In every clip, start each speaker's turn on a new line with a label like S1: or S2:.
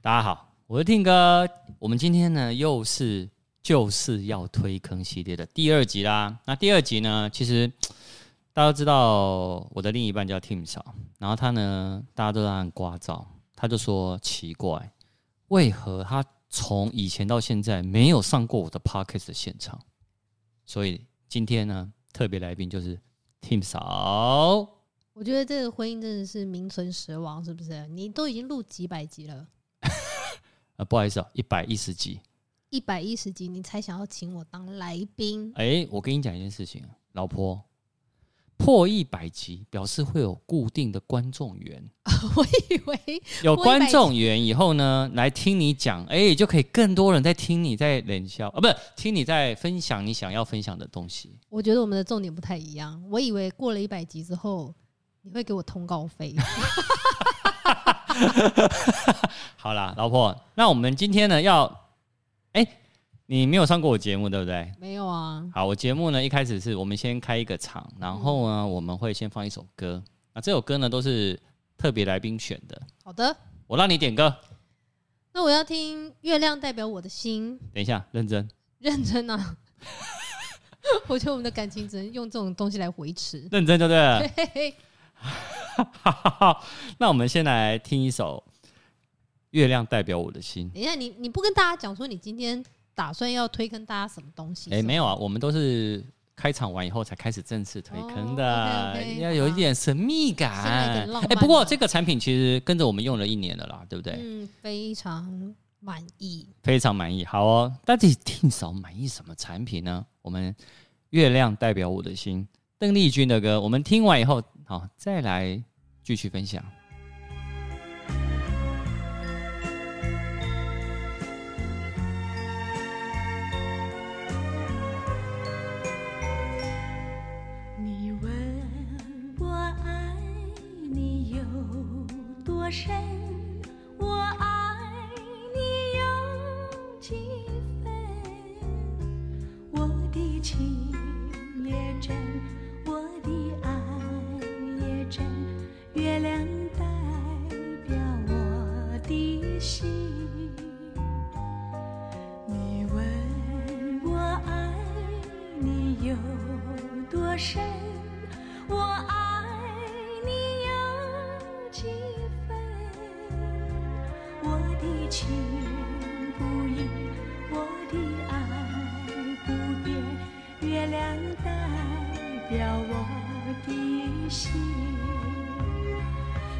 S1: 大家好，我是听哥。我们今天呢，又是就是要推坑系列的第二集啦。那第二集呢，其实大家都知道我的另一半叫 Tim 嫂，然后他呢，大家都在按刮照，他就说奇怪，为何他从以前到现在没有上过我的 Pockets 的现场？所以今天呢，特别来宾就是 Tim 嫂。
S2: 我觉得这个婚姻真的是名存实亡，是不是？你都已经录几百集了，
S1: 呃，不好意思哦，一百一十集。
S2: 一百一十集，你才想要请我当来宾？
S1: 哎、我跟你讲一件事情，老婆，破一百集表示会有固定的观众缘，
S2: 我以为
S1: 有
S2: 破100
S1: 观众缘以后呢，来听你讲，哎、就可以更多人在听你在冷笑啊，不是听你在分享你想要分享的东西。
S2: 我觉得我们的重点不太一样。我以为过了一百集之后，你会给我通告费。
S1: 好啦，老婆，那我们今天呢要，哎、你没有上过我节目对不对？
S2: 没有啊，
S1: 好，我节目呢一开始是我们先开一个场，然后呢我们会先放一首歌，那这首歌呢都是特别来宾选的，
S2: 好的，
S1: 我让你点歌。
S2: 那我要听《月亮代表我的心》，
S1: 等一下，认真。
S2: 认真啊！ 我觉得我们的感情只能用这种东西来维持。
S1: 认真就对了。
S2: 嘿嘿，
S1: 那我们先来听一首《月亮代表我的心》。
S2: 等一下，你你不跟大家讲说你今天打算要推坑大家什么东西？
S1: 哎、
S2: 是吗
S1: 没有啊，我们都是开场完以后才开始正式推坑的，
S2: 哦，OK，OK，
S1: 要有一点神秘感。
S2: 好吧先来点浪漫的
S1: 不过这个产品其实跟着我们用了一年了啦，对不对？
S2: 嗯，非常满意。
S1: 非常满意。好哦，到底定嫂满意什么产品呢？我们《月亮代表我的心》，邓丽君的歌，我们听完以后，好再来继续分享。
S3: 你问我爱你有多深，我爱你有几分？我的情也真，我的爱也真，月亮代表我的心。你问我爱你有多深，我爱你有几分？我的情不移，我的爱不变，月亮代表我的心。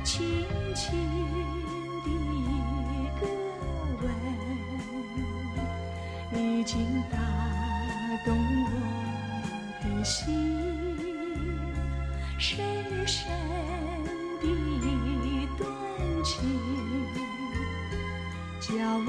S3: 轻轻的一个吻，已经打动我的心，深深的一段情，叫我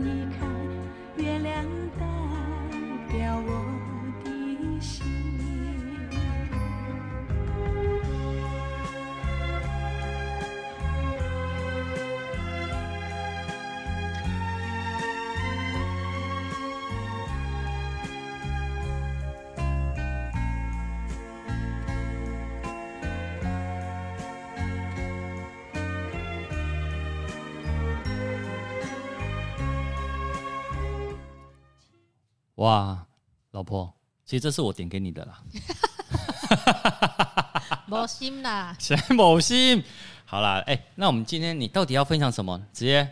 S3: 一看，月亮代表我的心。
S1: 哇，老婆，其实这是我点给你的啦。，
S2: 没心啦
S1: 钱某心。好啦，哎、那我们今天你到底要分享什么？直接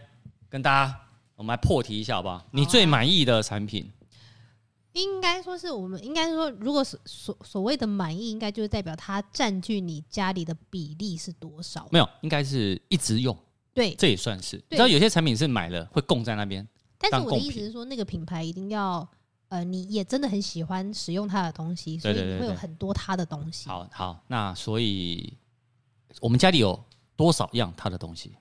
S1: 跟大家，我们来破题一下好不好？啊你最满意的产品，
S2: 应该说是我们应该说，如果所所所谓的满意，应该就是代表它占据你家里的比例是多少？
S1: 没有，应该是一直用，
S2: 对，
S1: 这也算是。你
S2: 对
S1: 知道有些产品是买了会供在那边，
S2: 但
S1: 当
S2: 是我的
S1: 贡
S2: 意思
S1: 品
S2: 是说，那个品牌一定要。呃，你也真的很喜欢使用它的东西，所以
S1: 对对对
S2: 你会有
S1: 对
S2: 很多它的东西。
S1: 好好，那所以我们家里有多少样它的东西？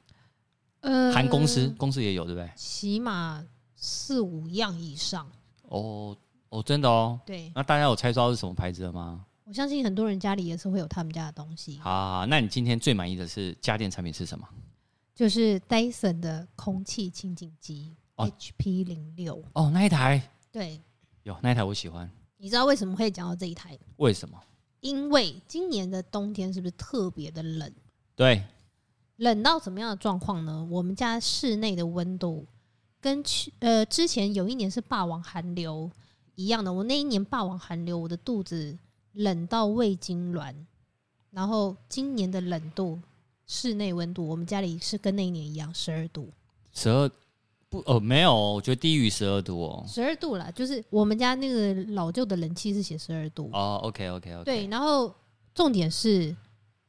S2: 呃
S1: 含公司，公司也有，对不对？
S2: 起码四五样以上。
S1: 哦哦，真的哦。
S2: 对，
S1: 那大家有猜出到是什么牌子的吗？
S2: 我相信很多人家里也是会有他们家的东西，
S1: 好好好，那你今天最满意的是家电产品是什么？
S2: 就是 Dyson 的空气清净机、
S1: 哦
S2: HP 零六。
S1: 哦，那一台
S2: 对，
S1: 有那一台我喜欢，
S2: 你知道为什么会讲到这一台？
S1: 为什么？
S2: 因为今年的冬天是不是特别的冷？
S1: 对，
S2: 冷到怎么样的状况呢？我们家室内的温度跟去呃之前有一年是霸王寒流一样的，我那一年霸王寒流，我的肚子冷到胃痉挛，然后今年的冷度室内温度，我们家里是跟那一年一样十二度，
S1: 十二不哦，没有，我觉得低于十二度哦。
S2: 十二度啦，就是我们家那个老旧的冷气是写十二度，
S1: 哦，OK OK OK，
S2: 对，，然后重点是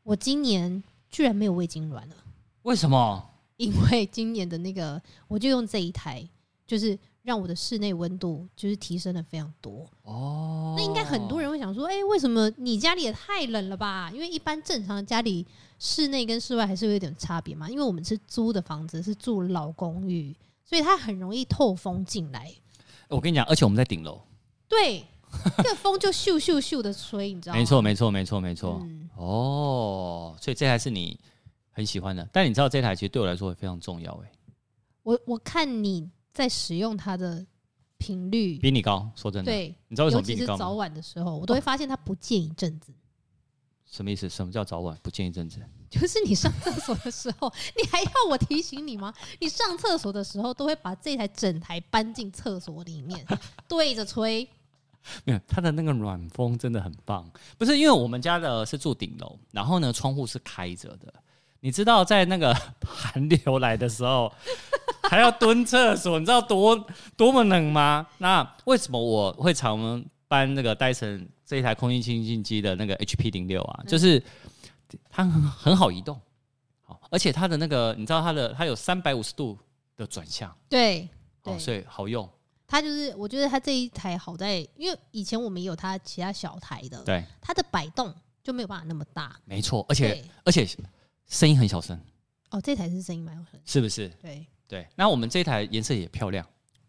S2: 我今年居然没有胃痉挛了。
S1: 为什么？
S2: 因为 今年的那个，我就用这一台，就是让我的室内温度就是提升了非常多。
S1: 哦，
S2: 那应该很多人会想说，哎、为什么你家里也太冷了吧？因为一般正常的家里室内跟室外还是会有点差别嘛。因为我们是租的房子，是住老公寓，所以它很容易透风进来。
S1: 我跟你讲，而且我们在顶楼，
S2: 对， 这个风就咻咻咻的吹，你知道吗？
S1: 没，错没错没错没错。
S2: 啊嗯，
S1: 哦，所以这台是你很喜欢的，但你知道这台其实对我来说也非常重要，哎，
S2: 我我看你在使用它的频率，
S1: 比你高，说真的，
S2: 嗯对，
S1: 你知道为什
S2: 尤
S1: 么
S2: 其
S1: 比
S2: 是
S1: 你高
S2: 早
S1: 吗？哦
S2: 晚的时候，我都会发现它不见一阵子。
S1: 什么意思？什么叫早晚？不建议政治。
S2: 就是你上厕所的时候，你还要我提醒你吗？你上厕所的时候都会把这台整台搬进厕所里面，对着吹。
S1: 没有，它的那个暖风真的很棒。不是因为我们家的是住顶楼，然后呢窗户是开着的。你知道在那个 寒流来的时候， 还要蹲厕所，你知道多多么冷吗？那为什么我会常搬那个戴森这一台空气清净机的那个 HP 零六
S2: 嗯
S1: 啊？就是它很很好移动，好，而且它的那个你知道它的它有三百五十度的转向，
S2: 对，
S1: 哦，
S2: 对
S1: 所以好用。
S2: 它就是，我觉得它这一台好在，因为以前我们也有它其他小台的，
S1: 对，
S2: 它的摆动就没有办法那么大。
S1: 没错，而且
S2: 对，
S1: 而且声音很小声，
S2: 哦，这台是声音蛮有声。
S1: 是不是？
S2: 对，
S1: 对，那我们这台颜色也漂亮，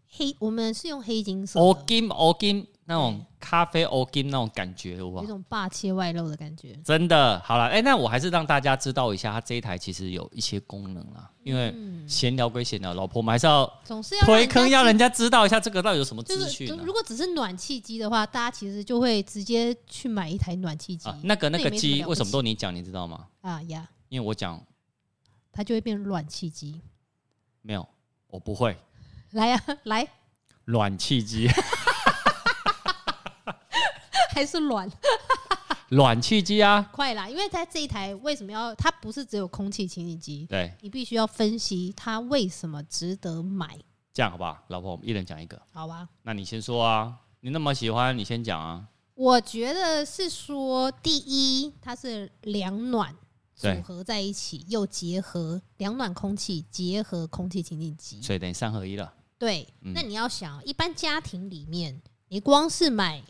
S2: 黑我们是用黑金色
S1: 欧
S2: 的，
S1: 金欧金那种
S2: 对
S1: 咖啡欧金那种感觉，哇
S2: 有一，种霸气外露的感觉。
S1: 真的好了，哎、那我还是让大家知道一下，它这一台其实有一些功能啦，因为
S2: 嗯，
S1: 闲聊归闲聊，老婆我们还是要
S2: 总是要让
S1: 推
S2: 人家
S1: 坑，要
S2: 知
S1: 人家知道一下这个到底有什么
S2: 就
S1: 资
S2: 是
S1: 讯
S2: 就
S1: 啊
S2: 如果只是暖气机的话，大家其实就会直接去买一台暖气机、
S1: 啊。那个那
S2: 也
S1: 个
S2: 没
S1: 鸡
S2: 了
S1: 为
S2: 不
S1: 什么
S2: 起
S1: 都你讲，你知道吗？
S2: 啊呀，
S1: 因为我讲
S2: 它就会变暖气机。
S1: 没有，我不 会
S2: 来呀、啊， 来，
S1: 暖气机，
S2: 还是暖，
S1: 暖气机啊，
S2: 快啦！因为它这一台为什么要？它不是只有空气清净机，
S1: 对，
S2: 你必须要分析它为什么值得买，
S1: 这样好不好？老婆，我们一人讲一个，
S2: 好吧？
S1: 那你先说啊，你那么喜欢，你先讲啊。
S2: 我觉得是说，第一，它是两暖组
S1: 对
S2: 合在一起，又结合两暖空气，结合空气清净机。
S1: 所以等于三合一了。
S2: 对，
S1: 嗯
S2: 那你要想，一般家庭里面，你光是买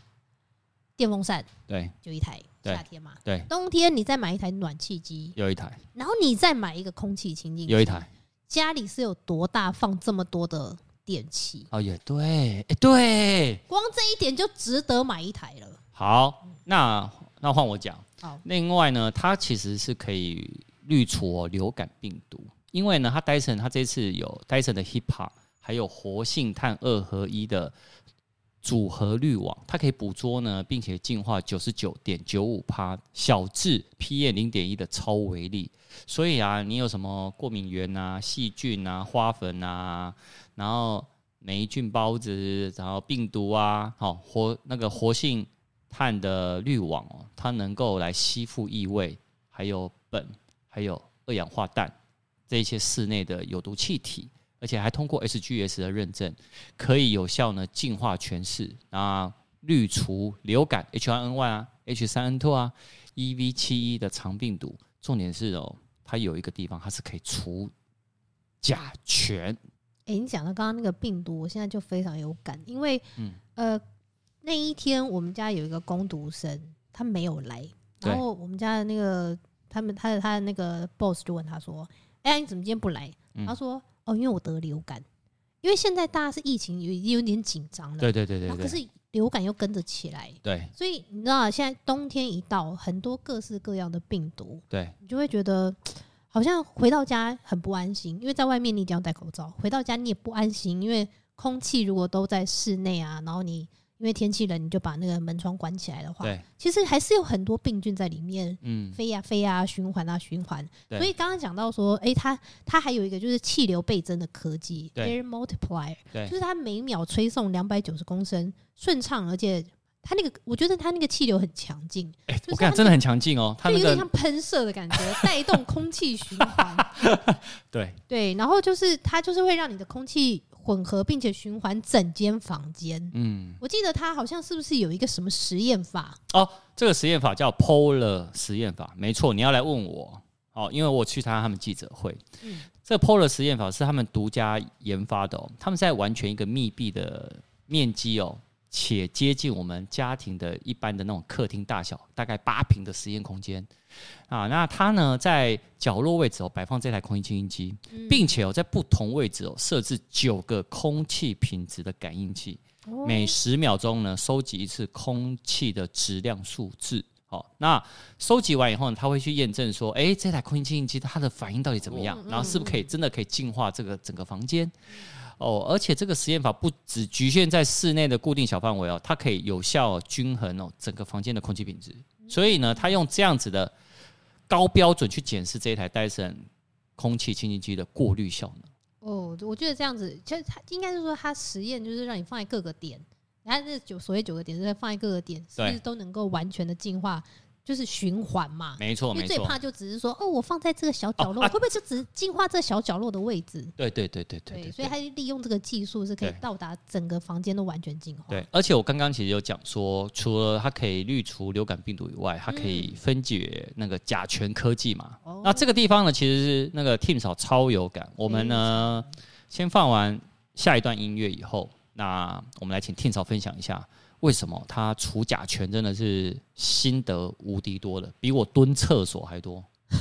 S2: 电风扇
S1: 对
S2: 就一台，
S1: 对
S2: 夏天嘛，
S1: 对，
S2: 冬天你再买一台暖气机，
S1: 有一台，
S2: 然后你再买一个空气清净机，
S1: 有一台。
S2: 家里是有多大放这么多的电器，
S1: 哦，也对，哎，对，
S2: 光这一点就值得买一台了。
S1: 好，那那换我讲。
S2: 好，
S1: 另外呢，它其实是可以滤除哦流感病毒，因为呢，它 Dyson 它这次有 Dyson 的 HEPA，还有活性炭二合一的组合滤网，它可以捕捉呢，并且净化九十九点九五帕小至 PM 零点一的超微粒。所以啊，你有什么过敏源啊、细菌啊、花粉啊，然后霉菌孢子，然后病毒啊，好、活那个活性碳的滤网哦，它能够来吸附异味，还有苯，还有二氧化氮这一些室内的有毒气体，而且还通过 SGS 的认证，可以有效呢净化全室，那滤除流感 H1N1 啊、H3N2 啊、EV71 的肠病毒。重点是哦，它有一个地方它是可以除甲醛，
S2: 哎、你讲到刚刚那个病毒，我现在就非常有感，因为，
S1: 嗯
S2: 呃，那一天我们家有一个工读生，他没有来，
S1: 对
S2: 然后我们家的那个他们他的他的那个 boss 就问他说：“哎、你怎么今天不来？”
S1: 嗯
S2: 他说：“哦，因为我得流感，因为现在大家是疫情有已经有点紧张了，
S1: 对对对对
S2: 然后
S1: 对
S2: 可，是流感又跟着起来。
S1: 对
S2: 所以你知道啊，现在冬天一到，很多各式各样的病毒，
S1: 对
S2: 你就会觉得好像回到家很不安心，因为在外面你一定要戴口罩，回到家你也不安心，因为空气如果都在室内啊，然后你因为天气冷，你就把那个门窗关起来的话，
S1: 对，
S2: 其实还是有很多病菌在里面
S1: 嗯，
S2: 飞呀、飞呀、循环啊循环。
S1: 对
S2: 所以刚刚讲到说，诶，它它还有一个就是气流倍增的科技
S1: 对
S2: ，air multiplier，
S1: 对
S2: 就是它每秒吹送两百九十公升，顺畅，而且它那个我觉得它那个气流很强劲，
S1: 哎
S2: 就是
S1: 我跟你
S2: 它
S1: 讲，真的很强劲哦，他
S2: 就
S1: 那
S2: 有点
S1: 个
S2: 像喷射 的感觉，带动空气循环。
S1: 对
S2: 对，然后就是它就是会让你的空气混合，并且循环整间房间。
S1: 嗯。
S2: 我记得它好像是不是有一个什么实验法？
S1: 这个实验法叫 Polar 实验法，没错，你要来问我哦，因为我去参加他们记者会。
S2: 嗯
S1: 这个 Polar 实验法是他们独家研发的哦，他们在完全一个密闭的面积哦，且接近我们家庭的一般的那种客厅大小，大概八平的实验空间啊。那它呢，在角落位置哦摆放这台空气清新机，并且哦在不同位置哦设置九个空气品质的感应器。
S2: 哦
S1: 每十秒钟呢收集一次空气的质量数字。好、那收集完以后呢，他会去验证说，诶，这台空气清新机它的反应到底怎么样，然后是不是可以真的可以净化这个整个房间。哦，而且这个实验法不只局限在室内的固定小范围哦，它可以有效均衡哦整个房间的空气品质。所以呢，它用这样子的高标准去检视这一台戴森空气清新机的过滤效能。
S2: 哦，我觉得这样子，其实它应该是说它实验就是让你放在各个点，它这九所谓九个点就是放在各个点，是不
S1: 对
S2: 是都能够完全的净化，就是循环嘛？
S1: 没错，
S2: 因为
S1: 没
S2: 最
S1: 错
S2: 怕，就只是说，哦，我放在这个小 角落，
S1: 哦啊
S2: 会不会就只是净化这小角落的位置？
S1: 对对对对对对对。
S2: 所以它利用这个技术是可以
S1: 对
S2: 到达整个房间的完全净化。
S1: 对，而且我刚刚其实有讲说，除了它可以滤除流感病毒以外，它可以分解那个甲醛科技嘛。
S2: 哦
S1: 那这个地方呢，其实是那个 Team 嫂超有感。我们呢，
S2: 嗯
S1: 先放完下一段音乐以后，那我们来请 Team 嫂分享一下，为什么他除甲醛真的是心得无敌多的，比我蹲厕所还 多。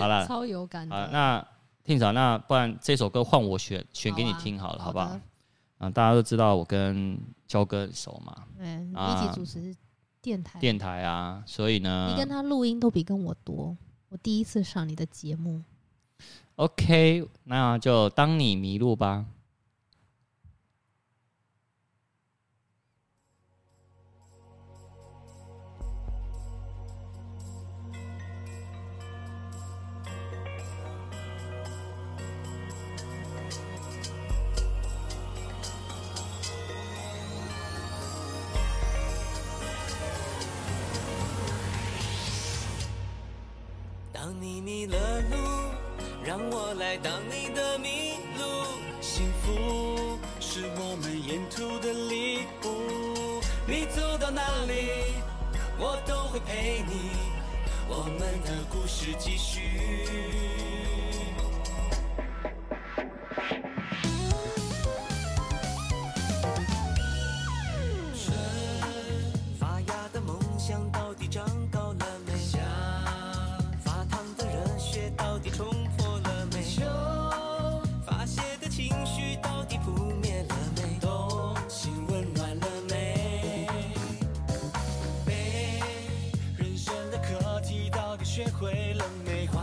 S1: 好了，
S2: 超有感
S1: 好，
S2: 的。
S1: 啊那听长，那不然这首歌换我选选给你
S2: 好啊
S1: 听好了，好
S2: 好
S1: 不好
S2: 的？
S1: 嗯，大家都知道我跟焦哥很熟嘛，
S2: 嗯，你
S1: 啊
S2: 一起主持电台，
S1: 电台啊，所以
S2: 哎你
S1: 呢
S2: 跟他录音都比跟我多。我第一次上你的节目，
S1: ，OK，那就当你迷路吧。
S4: 当你迷了路，让我来当你的麋鹿。幸福是我们沿途的礼物，你走到哪里，我都会陪你。我们的故事继续。春发芽的梦想到底长高了没？夏发烫的热血到底冲破了没？秋发泄的情绪到底扑灭了没？冬心温暖了没？悲，人生的课题到底学会了没？欢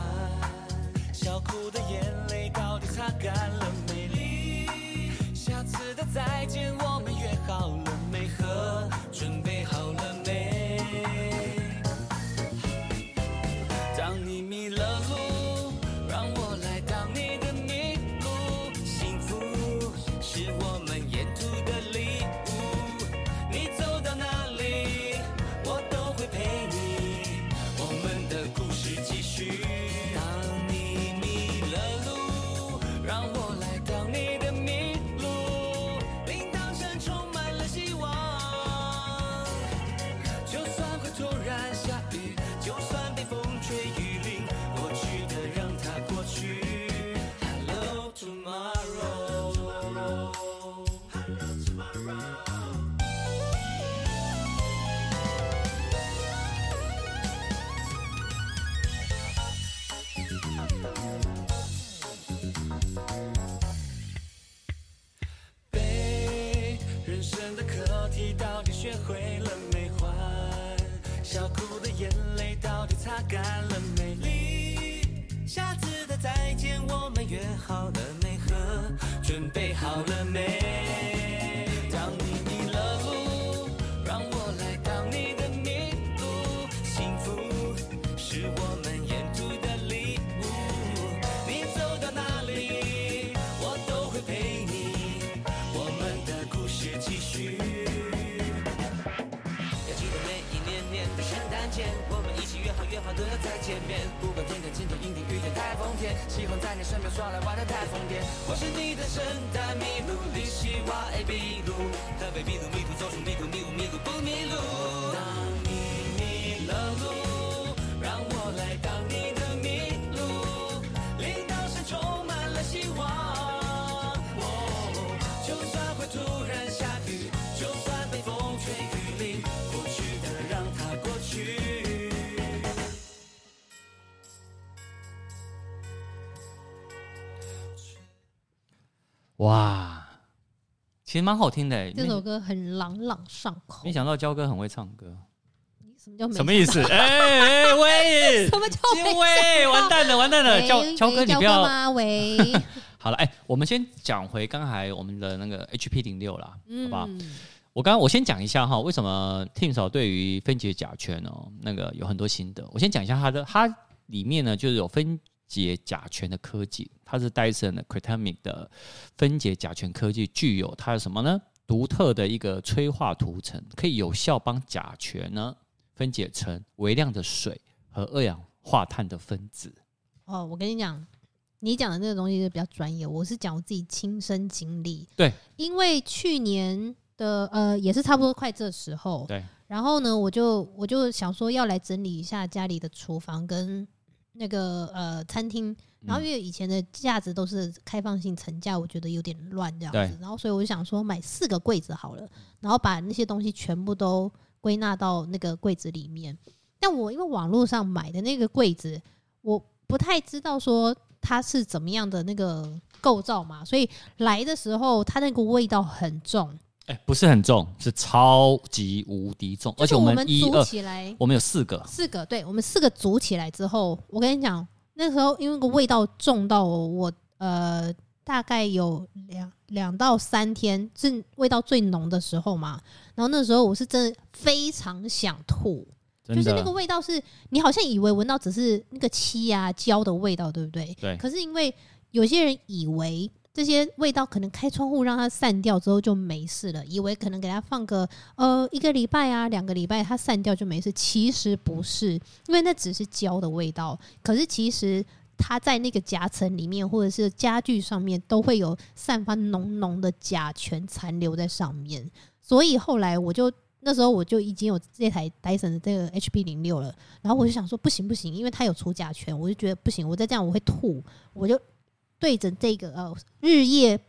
S4: 笑哭的眼泪到底擦干了没？离下次的再见，我们约好了没？和准备好了没？当你迷了路，让我来当你的麋鹿。幸福是我们沿途的礼物，你走到哪里，我都会陪你。我们的故事继续。笑哭的眼泪到底擦干了没？离下次的再见，我们约好了没？和准备好了没？当你迷了路，让我来当你的迷路。幸福是我们沿途的礼物，你走到哪里，我都会陪你。我们的故事继续。要记得每一年年的圣诞节，我们一起约好约好的再见面。不管天干晴天阴天雨天台风天，喜欢在你身边耍赖玩的太疯癫。我是你的圣诞麋鹿，你是我的麋鹿，特别迷路迷途走出迷途迷雾迷路不迷路。当你迷了路，让我来当你的麋鹿，领导是充满了希望。哦就算会突然下雨，就算被风吹雨淋，过去的让它过去。
S1: 哇，其实蛮好听的欸。
S2: 这首
S1: 没
S2: 歌很朗朗上口
S1: 没。想到焦哥很会唱歌，
S2: 什么叫没
S1: 什么意思？哎哎喂，
S2: 什么叫
S1: 金喂，完蛋了，完蛋了，
S2: 喂
S1: 焦
S2: 喂
S1: 焦哥你
S2: 焦
S1: 不要
S2: 吗？喂，
S1: 好了，哎、我们先讲回刚才我们的那个 HP 零六啦，好不好？
S2: 嗯，
S1: 我刚我先讲一下哈，为什么 Tim 嫂对于分解甲醛哦，那个有很多心得。我先讲一下它的，它里面呢就是有分解甲醛的科技，它是 Dyson 的 c r e t a m i c 的分解甲醛科技，具有它的什么呢？独特的一个催化涂层，可以有效帮甲醛呢分解成微量的水和二氧化碳的分子。
S2: 哦，我跟你讲，你讲的那个东西是比较专业，我是讲我自己亲身经历。
S1: 对，
S2: 因为去年的呃也是差不多快这时候，
S1: 对，
S2: 然后呢，我就我就想说要来整理一下家里的厨房跟那个呃餐厅，
S1: 嗯
S2: 然后因为以前的架子都是开放性层架，我觉得有点乱这样子
S1: 对，
S2: 然后所以我就想说买四个柜子好了，然后把那些东西全部都归纳到那个柜子里面。但我因为网络上买的那个柜子，我不太知道说它是怎么样的那个构造嘛，所以来的时候它那个味道很重，
S1: 哎、不是很重，是超级无敌重，而且
S2: 就是
S1: 我
S2: 我
S1: 们
S2: 们
S1: 一
S2: 组
S1: 二，
S2: 起来
S1: 我们有四个，
S2: 四个，对我们四个组起来之后，我跟你讲，那时候因为那个味道重到我呃大概有两两到三天是味道最浓的时候嘛，然后那时候我是真的非常想吐，
S1: 真
S2: 就
S1: 的
S2: 是那个味道是你好像以为闻到只是那个漆啊胶的味道，对不对？
S1: 对
S2: 可是因为有些人以为这些味道可能开窗户让它散掉之后就没事了，以为可能给它放个呃一个礼拜啊两个礼拜它散掉就没事，其实不是，因为那只是胶的味道。可是其实它在那个夹层里面或者是家具上面都会有散发浓浓的甲醛残留在上面，所以后来我就那时候我就已经有这台 Dyson 的这个 HP 零六了，然后我就想说不行不行，因为它有除甲醛，我就觉得不行，我再这样我会吐，我就对着这个呃日夜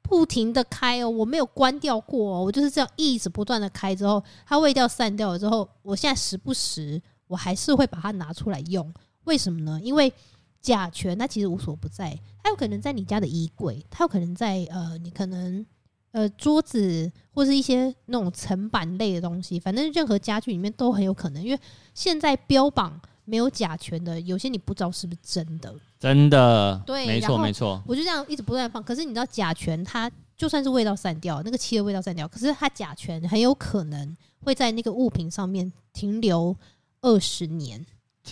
S2: 不停的开哦，我没有关掉过哦，我就是这样一直不断的开之后，它味道散掉了之后，我现在时不时我还是会把它拿出来用，为什么呢？因为甲醛它其实无所不在，它有可能在你家的衣柜，它有可能在呃你可能呃桌子或是一些那种层板类的东西，反正任何家具里面都很有可能，因为现在标榜没有甲醛的，有些你不知道是不是真的。
S1: 真的，
S2: 对
S1: 没
S2: 然
S1: 错
S2: 后
S1: 没错，
S2: 我就这样一直不断地放。可是你知道甲醛它就算是味道散掉，那个漆的味道散掉，可是它甲醛很有可能会在那个物品上面停留二十年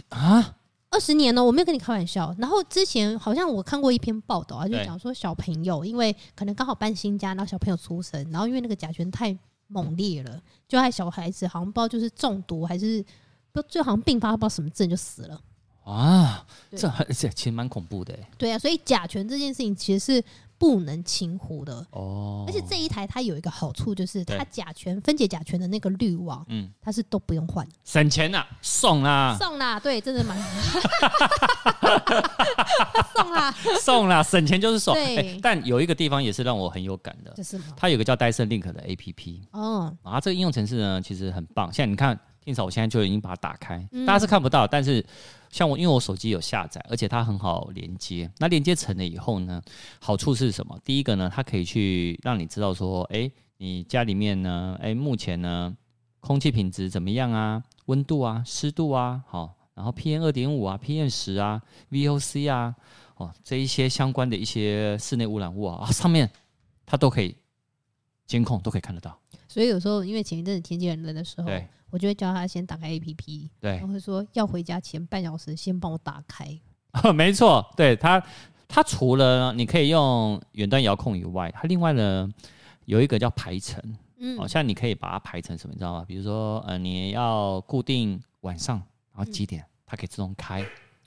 S1: 啊！
S2: 二十年呢、哦我没有跟你开玩笑。然后之前好像我看过一篇报道啊，就
S1: 对
S2: 讲说小朋友因为可能刚好搬新家，然后小朋友出生，然后因为那个甲醛太猛烈了，就害小孩子好像不知道就是中毒还是不最好像并发不知道什么症就死了。
S1: 啊，
S2: 对
S1: 这很这其实蛮恐怖的欸
S2: 对啊，所以甲醛这件事情其实是不能轻忽的。
S1: 哦
S2: 而且这一台它有一个好处，就是它
S1: 对
S2: 甲醛分解甲醛的那个滤网，
S1: 嗯啊
S2: 它是都不用换，
S1: 省钱呐、送 啦，
S2: 送啦，对，真的蛮送啦，
S1: 送啦，省钱就是爽。
S2: 对
S1: 哎但有一个地方也是让我很有感的
S2: 这，是吗？
S1: 它有个叫 Dyson Link 的 APP，
S2: 哦，
S1: 啊，这个应用程式呢其实很棒。现在你看，听嫂，我现在就已经把它打开，
S2: 嗯
S1: 大家是看不到，但是像我，因为我手机有下载，而且它很好连接。那连接成了以后呢，好处是什么？第一个呢，它可以去让你知道说，哎，你家里面呢，哎，目前呢，空气品质怎么样啊？温度啊、湿度啊，好，然后 PM 二点五啊、PM 十啊、VOC 啊，哦，这一些相关的一些室内污染物啊，啊上面它都可以监控，都可以看得到。
S2: 所以有时候因为前一阵子天气很冷的时候，
S1: 对
S2: 我就会叫他先打开 APP，
S1: 对
S2: 然，后会说要回家前半小时先帮我打开。
S1: 没错，对它，它除了你可以用远端遥控以外，它另外呢有一个叫排程，
S2: 嗯
S1: 好、像你可以把它排成什么，你知道吗？比如说，呃，你要固定晚上，然后几点，它可以自动开，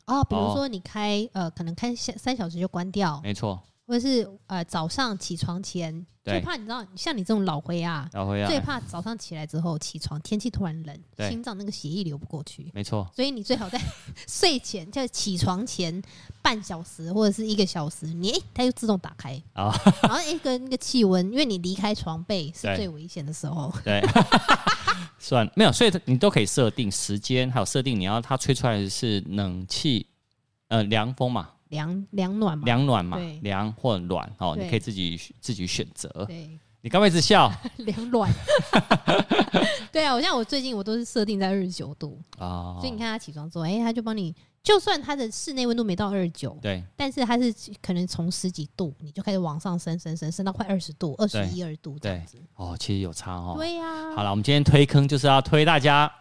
S2: 哦，比如
S1: 哦
S2: 说你开呃，可能开下三小时就关掉，
S1: 没错，
S2: 或者是呃早上起床前，最
S1: 对
S2: 怕你知道，像你这种老灰啊，
S1: 然后要
S2: 最怕早上起来之后起床天气突然冷，
S1: 对
S2: 心脏那个血液流不过去，
S1: 没错，
S2: 所以你最好在睡前，就起床前半小时或者是一个小时，你诶它就自动打开
S1: 啊
S2: 然后一个那个气温，因为你离开床被是
S1: 对
S2: 最危险的时候，
S1: 对， 算了没有，所以你都可以设定时间，还有设定你要它吹出来的是冷气，呃，凉风嘛，
S2: 凉凉暖嘛，
S1: 凉暖嘛
S2: 对，
S1: 凉或暖哦，
S2: 对
S1: 你可以自己自己选择。
S2: 对。
S1: 你干嘛一直笑
S2: 凉卵。对啊，我像我最近我都是设定在二十九度，
S1: 啊？
S2: 所以你看他起床之后，哎、他就帮你，就算他的室内温度没到二十九，
S1: 对
S2: 但是他是可能从十几度你就开始往上升，升升升到快二十度、二十一二度这样
S1: 对
S2: 子。
S1: 哦，其实有差哦。
S2: 对啊呀、
S1: 好了，我们今天推坑就是要推大家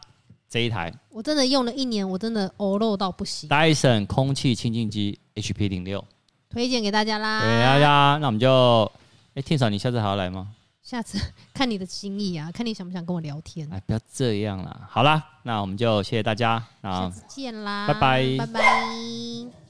S1: 这一台
S2: 我真的用了一年，我真的欧漏到不行，
S1: Dyson 空气清净机 HP 零六，
S2: 推荐给大家啦。
S1: 对啊大家，那我们就。哎，天嫂，你下次还要来吗？
S2: 下次 看你的心意啊，看你想不想跟我聊天。
S1: 哎，不要这样啦。好啦，那我们就谢谢大家。那
S2: 下次见啦，
S1: 拜拜
S2: 拜拜。